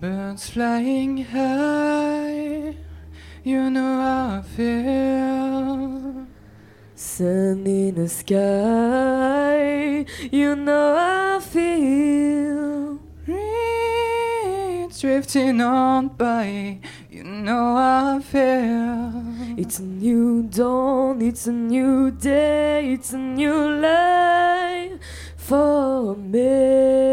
Birds flying high, you know how I feel. Sun in the sky, you know I feel. Reeds drifting on by, you know how I feel. It's a new dawn, it's a new day, it's a new life for me.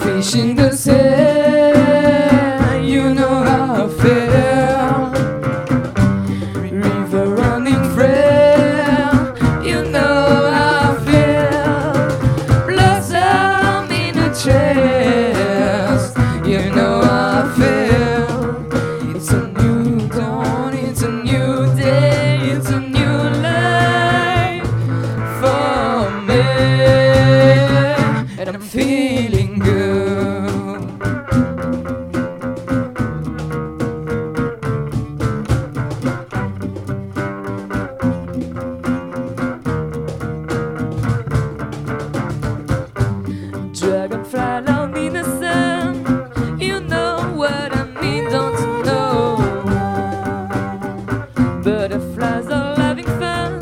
Fish in the sand, you know how I feel. River running free, you know how I feel. Blossom in a chest, you know how I feel. It's a new dawn, it's a new day, it's a new life for me, and I'm feeling good. Dragonfly long in the sun. You know what I mean, don't you know? Butterflies are having fun.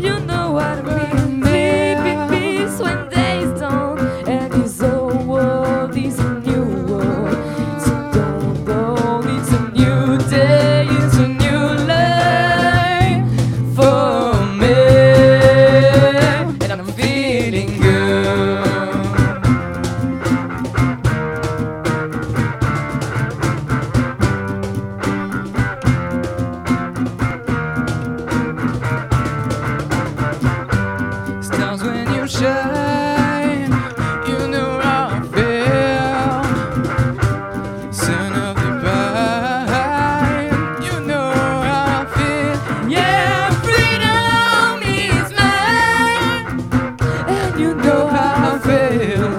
You know what I mean. Live in peace when day is done. And this old world is a new world. It's a dawn, dawn, it's a new day, it's a new life for me, and I'm feeling good. Stars when you shine, you know how I feel. Son of divine, you know how I feel. Yeah, freedom is mine, and you know how I feel.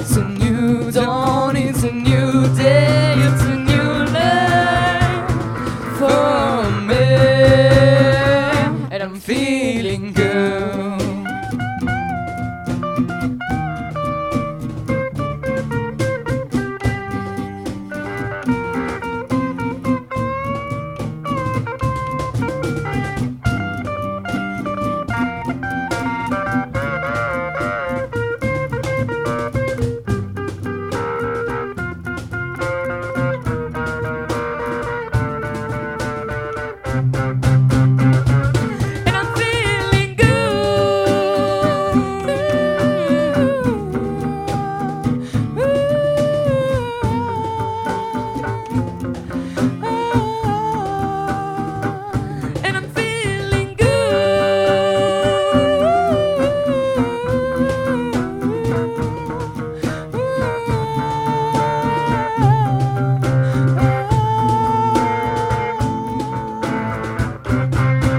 It's a new dawn, it's a new day, it's a new life for me, and I'm feeling good. And I'm feeling good. Ah, And I'm feeling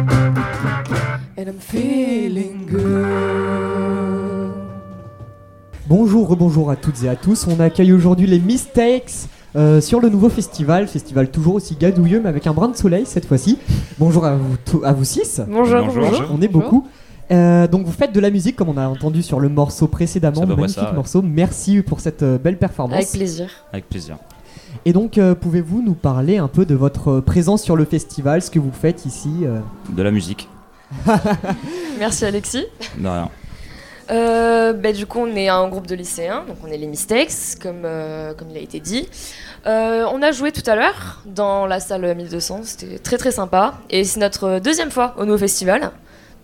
good. And I'm feeling good. Bonjour, rebonjour à toutes et à tous. On accueille aujourd'hui les Mistakes euh, sur le nouveau festival. Festival toujours aussi gadouilleux, mais avec un brin de soleil cette fois-ci. Bonjour à vous, tou- à vous six. Bonjour, Bonjour. bonjour. On est beaucoup. Euh, donc vous faites de la musique comme on a entendu sur le morceau précédemment, Ça doit magnifique voir ça, ouais. morceau. Merci pour cette euh, belle performance. Avec plaisir. Avec plaisir. Et donc euh, pouvez-vous nous parler un peu de votre euh, présence sur le festival, ce que vous faites ici euh, De la musique. Merci Alexis. De rien. Euh, bah, du coup, on est un groupe de lycéens, donc on est les Mistakes, comme, euh, comme il a été dit. Euh, on a joué tout à l'heure dans la salle 1200, c'était très très sympa. Et c'est notre deuxième fois au nouveau festival,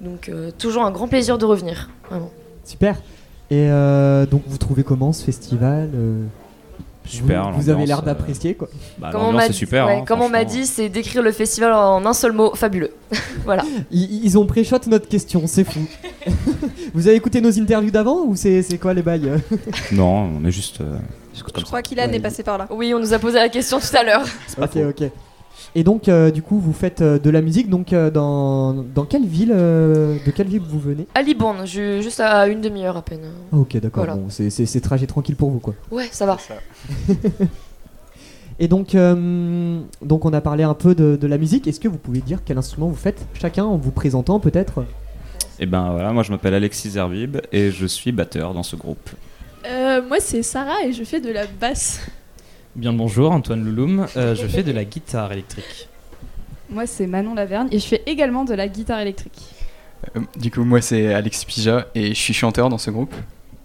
donc euh, toujours un grand plaisir de revenir. Vraiment. Super. Et euh, donc vous trouvez comment ce festival euh, Super. Vous, vous avez l'ambiance, l'air euh, d'apprécier quoi. bah, Comme on l'ambiance m'a est dit- super. ouais, hein, comme on m'a franchement. dit, c'est décrire le festival en un seul mot, fabuleux. voilà. Ils, ils ont pré-shot notre question, c'est fou. vous avez écouté nos interviews d'avant ou c'est c'est quoi les bails Non, on est juste. euh, Je crois qu'Ilan Ouais, est passé par là. Oui, on nous a posé la question tout à l'heure. Ok, ok. Et donc, euh, du coup, vous faites euh, de la musique. Donc, euh, dans, dans quelle ville, euh, de quelle ville vous venez À Libourne, ju- juste à une demi-heure à peine. Ah, ok, d'accord. Voilà. Bon, c'est- c'est c'est trajet tranquille pour vous, quoi. Ouais, ça va. Et donc, euh, donc on a parlé un peu de, de la musique. Est-ce que vous pouvez dire quel instrument vous faites chacun en vous présentant peut-être Et ben voilà, moi je m'appelle Alexis Zerbib et je suis batteur dans ce groupe. Euh, moi, c'est Sarah et je fais de la basse. Bien le bonjour, Antoine Louloum. Euh, je fais de la guitare électrique. Moi, c'est Manon Lavergne et je fais également de la guitare électrique. Euh, Du coup, moi c'est Alex Pija et je suis chanteur dans ce groupe.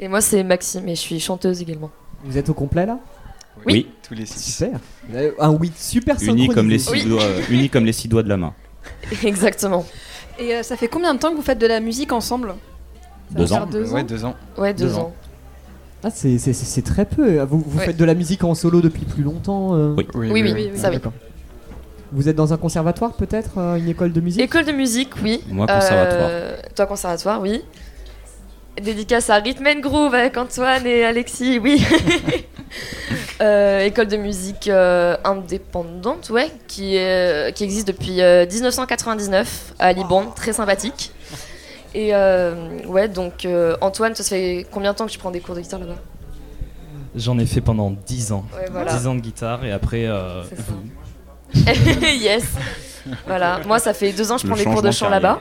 Et moi, c'est Maxime et je suis chanteuse également. Vous êtes au complet là Oui. Tous les six. Super. Euh, Un oui super Unis synchronisé. comme, les six Oui. doigts, euh, unis comme les six doigts de la main. Exactement. Et euh, ça fait combien de temps que vous faites de la musique ensemble Ça Deux va ans. faire deux ans. ouais, deux ans. Ouais, deux, Deux ans. ans. Ah, c'est- c'est c'est- c'est très peu. Vous, vous Ouais. faites de la musique en solo depuis plus longtemps euh Oui. Oui, oui, oui, oui. Ah, ça oui. D'accord. Vous êtes dans un conservatoire peut-être euh, Une école de musique École de musique, oui. Moi, conservatoire. Euh, toi, conservatoire, oui. Dédicace à Rhythm and Groove avec Antoine et Alexis, oui. Euh, école de musique euh, indépendante, ouais, qui, est- qui existe depuis euh, 1999 à Liban, très sympathique. Et euh, ouais, donc euh, Antoine, ça fait combien de temps que tu prends des cours de guitare là-bas J'en ai fait pendant 10 ans. Ouais, voilà. 10 ans de guitare et après. euh, C'est ça. yes. Voilà, moi ça fait deux ans que je Le prends des cours de changement chant carrière.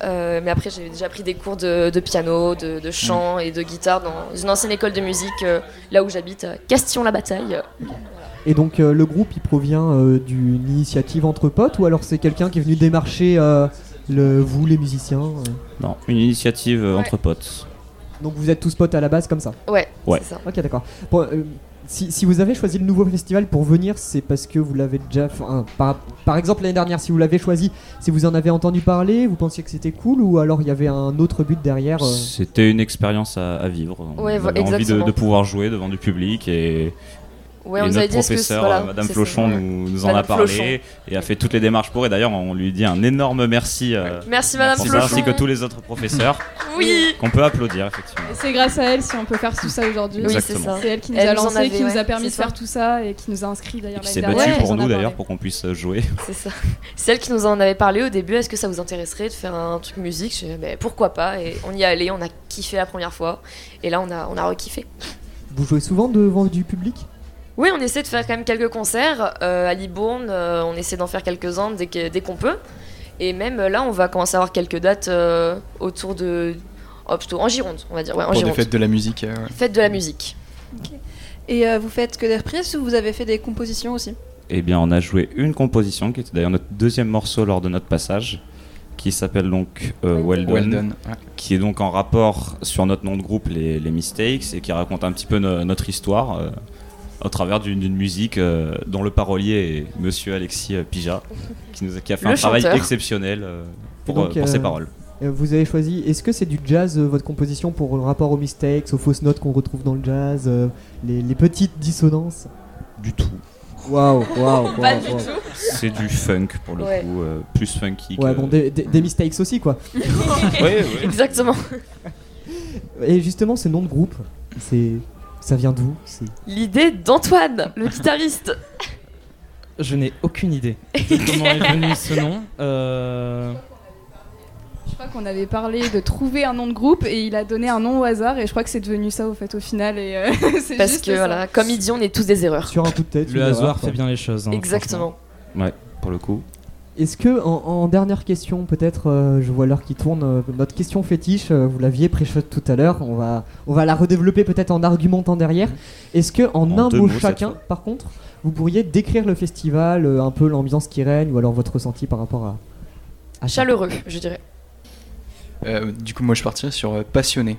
là-bas. Euh, mais après, j'ai déjà pris des cours de, de piano, de, de chant et de guitare dans une ancienne école de musique, euh, là où j'habite, à Castillon-la-Bataille. Et donc euh, le groupe, il provient euh, d'une initiative entre potes ou alors c'est quelqu'un qui est venu démarcher euh, le, vous, les musiciens euh. Non, une initiative euh, Ouais. entre potes. Donc vous êtes tous potes à la base comme ça Ouais, Ouais. c'est ça. Ok, d'accord. Bon, euh, si, si vous avez choisi le nouveau festival pour venir, c'est parce que vous l'avez déjà. enfin, par, par exemple, l'année dernière, si vous l'avez choisi, si vous en avez entendu parler, vous pensiez que c'était cool ou alors il y avait un autre but derrière euh C'était une expérience à, à vivre. On Ouais, vo- avait envie de, exactement. de pouvoir jouer devant du public et, Ouais, et on nous avait notre dit est-ce que professeur, voilà, euh, Madame c'est ça. Flochon, nous, nous en Madame a parlé Flochon. et a fait toutes les démarches pour. Et d'ailleurs, on lui dit un énorme merci. euh, Merci Madame pour ça, Flochon. ainsi que tous les autres professeurs Oui, qu'on peut applaudir effectivement. Et c'est grâce à elle si on peut faire tout ça aujourd'hui. oui c'est Exactement. ça. C'est elle qui nous Elle a nous en lancé, avait, qui nous ouais, a permis de c'est ça. faire tout ça et qui nous a inscrits Et d'ailleurs qui s'est l'année battu dernière. pour on en a nous parlé. d'ailleurs pour qu'on puisse jouer. C'est ça. Celle qui nous en avait parlé au début, est-ce que ça vous intéresserait de faire un truc musique Je dis, mais pourquoi pas Et on y est allé, on a kiffé la première fois. Et là, on a, on a re-kiffé. Vous jouez souvent devant du public Oui, on essaie de faire quand même quelques concerts euh, à Libourne. euh, on essaie d'en faire quelques-uns dès que- dès qu'on peut. Et même euh, là, on va commencer à avoir quelques dates euh, autour de. oh, plutôt en Gironde, on va dire. Ouais, en Pour des Gironde. fêtes de la musique. euh, ouais. Fête de la musique. Et euh, vous faites que des reprises ou vous avez fait des compositions aussi Eh bien, on a joué une composition qui était d'ailleurs notre deuxième morceau lors de notre passage, qui s'appelle donc euh, Well, Done, Well done. ouais. qui est donc en rapport sur notre nom de groupe, les, les Mistakes, et qui raconte un petit peu no- notre histoire euh, au travers d'une d'une musique euh, dont le parolier est Monsieur Alexis euh, Pija, qui nous a, qui a fait Le un travail chanteur. exceptionnel euh, pour, Donc, euh, pour ses euh, paroles. Euh, Vous avez choisi. Est-ce que c'est du jazz euh, votre composition pour le rapport aux mistakes, aux fausses notes qu'on retrouve dans le jazz, euh, les, les petites dissonances Du tout. Waouh, waouh, waouh. Pas du waouh. tout. C'est du funk pour le Ouais. coup, euh, plus funky. Ouais, que- bon, des, des- des mistakes aussi quoi. Ouais, ouais. Exactement. Et justement, ce nom de groupe, c'est. Ça vient d'où C'est- L'idée d'Antoine, le guitariste. Je n'ai aucune idée de comment est venu ce nom. Euh, Je crois qu'on avait parlé de trouver un nom de groupe et il a donné un nom au hasard et je crois que c'est devenu ça au fait au final et euh, c'est Parce juste que, ça. voilà, comme il dit, on est tous des erreurs. Sur un coup de tête. une le erreur, hasard quoi. fait bien les choses. hein, Exactement. Pour le coup. Est-ce que, en, en dernière question, peut-être, euh, je vois l'heure qui tourne, euh, notre question fétiche, euh, vous l'aviez pré-shot tout à l'heure, on va, on va la redévelopper peut-être en argumentant derrière. Est-ce que, en, Mmh. En un deux mot mots, cette chacun, fois. par contre, vous pourriez décrire le festival, euh, un peu l'ambiance qui règne, ou alors votre ressenti par rapport à. à ça Chaleureux, je dirais. Euh, du coup, moi je partirais sur euh, passionné.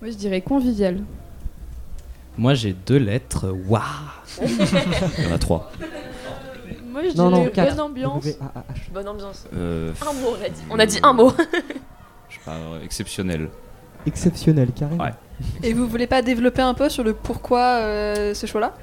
Moi je dirais convivial. franchement. Moi j'ai deux lettres. Waouh Il y en a trois. Moi, je Non, non, dirais quatre. ah, bonne ambiance. W- A- A- H. Bonne ambiance. Euh, Un mot, on a dit. On a dit un mot. je sais pas, euh, exceptionnel. Exceptionnel, carrément. Ouais. Et vous voulez pas développer un peu sur le pourquoi euh, ce choix-là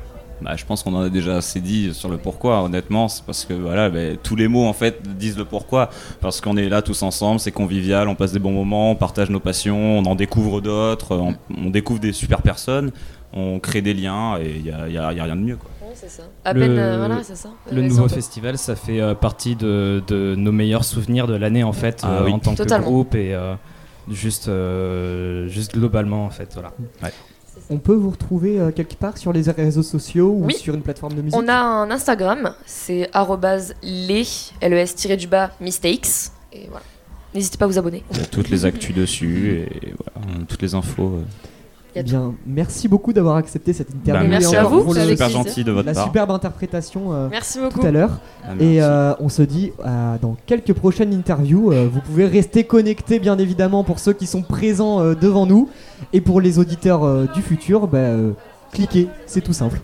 Bah, je pense qu'on en a déjà assez dit sur le pourquoi, honnêtement. C'est parce que voilà, bah, tous les mots en fait disent le pourquoi. Parce qu'on est là tous ensemble, c'est convivial, on passe des bons moments, on partage nos passions, on en découvre d'autres, on, on découvre des super personnes, on crée des liens et il n'y a, y a- y a rien de mieux. Quoi. c'est ça. À peine, Le- euh, voilà, c'est ça. Le Elles nouveau sont- festival, ça fait euh, partie de, de nos meilleurs souvenirs de l'année en fait, Ah euh, oui. en tant Totalement. que groupe et euh, juste, euh, juste globalement en fait. Voilà. On peut vous retrouver euh, quelque part sur les réseaux sociaux ou Oui. sur une plateforme de musique On a un Instagram, c'est arrobase les, les tiré du bas mistakes. Et voilà. N'hésitez pas à vous abonner. Il y a toutes les actus dessus et voilà, on a toutes les infos. euh. y a tout. Eh Bien, merci beaucoup d'avoir accepté cette interview. Bah, et merci à encore vous, pour c'est le- avec super plaisir. gentil de votre la part. superbe interprétation euh, Merci tout beaucoup. à l'heure. Ah, merci. Et euh, on se dit euh, dans quelques prochaines interviews. Euh, vous pouvez rester connectés, bien évidemment, pour ceux qui sont présents euh, devant nous. Et pour les auditeurs euh, du futur, bah, euh, cliquez, c'est tout simple.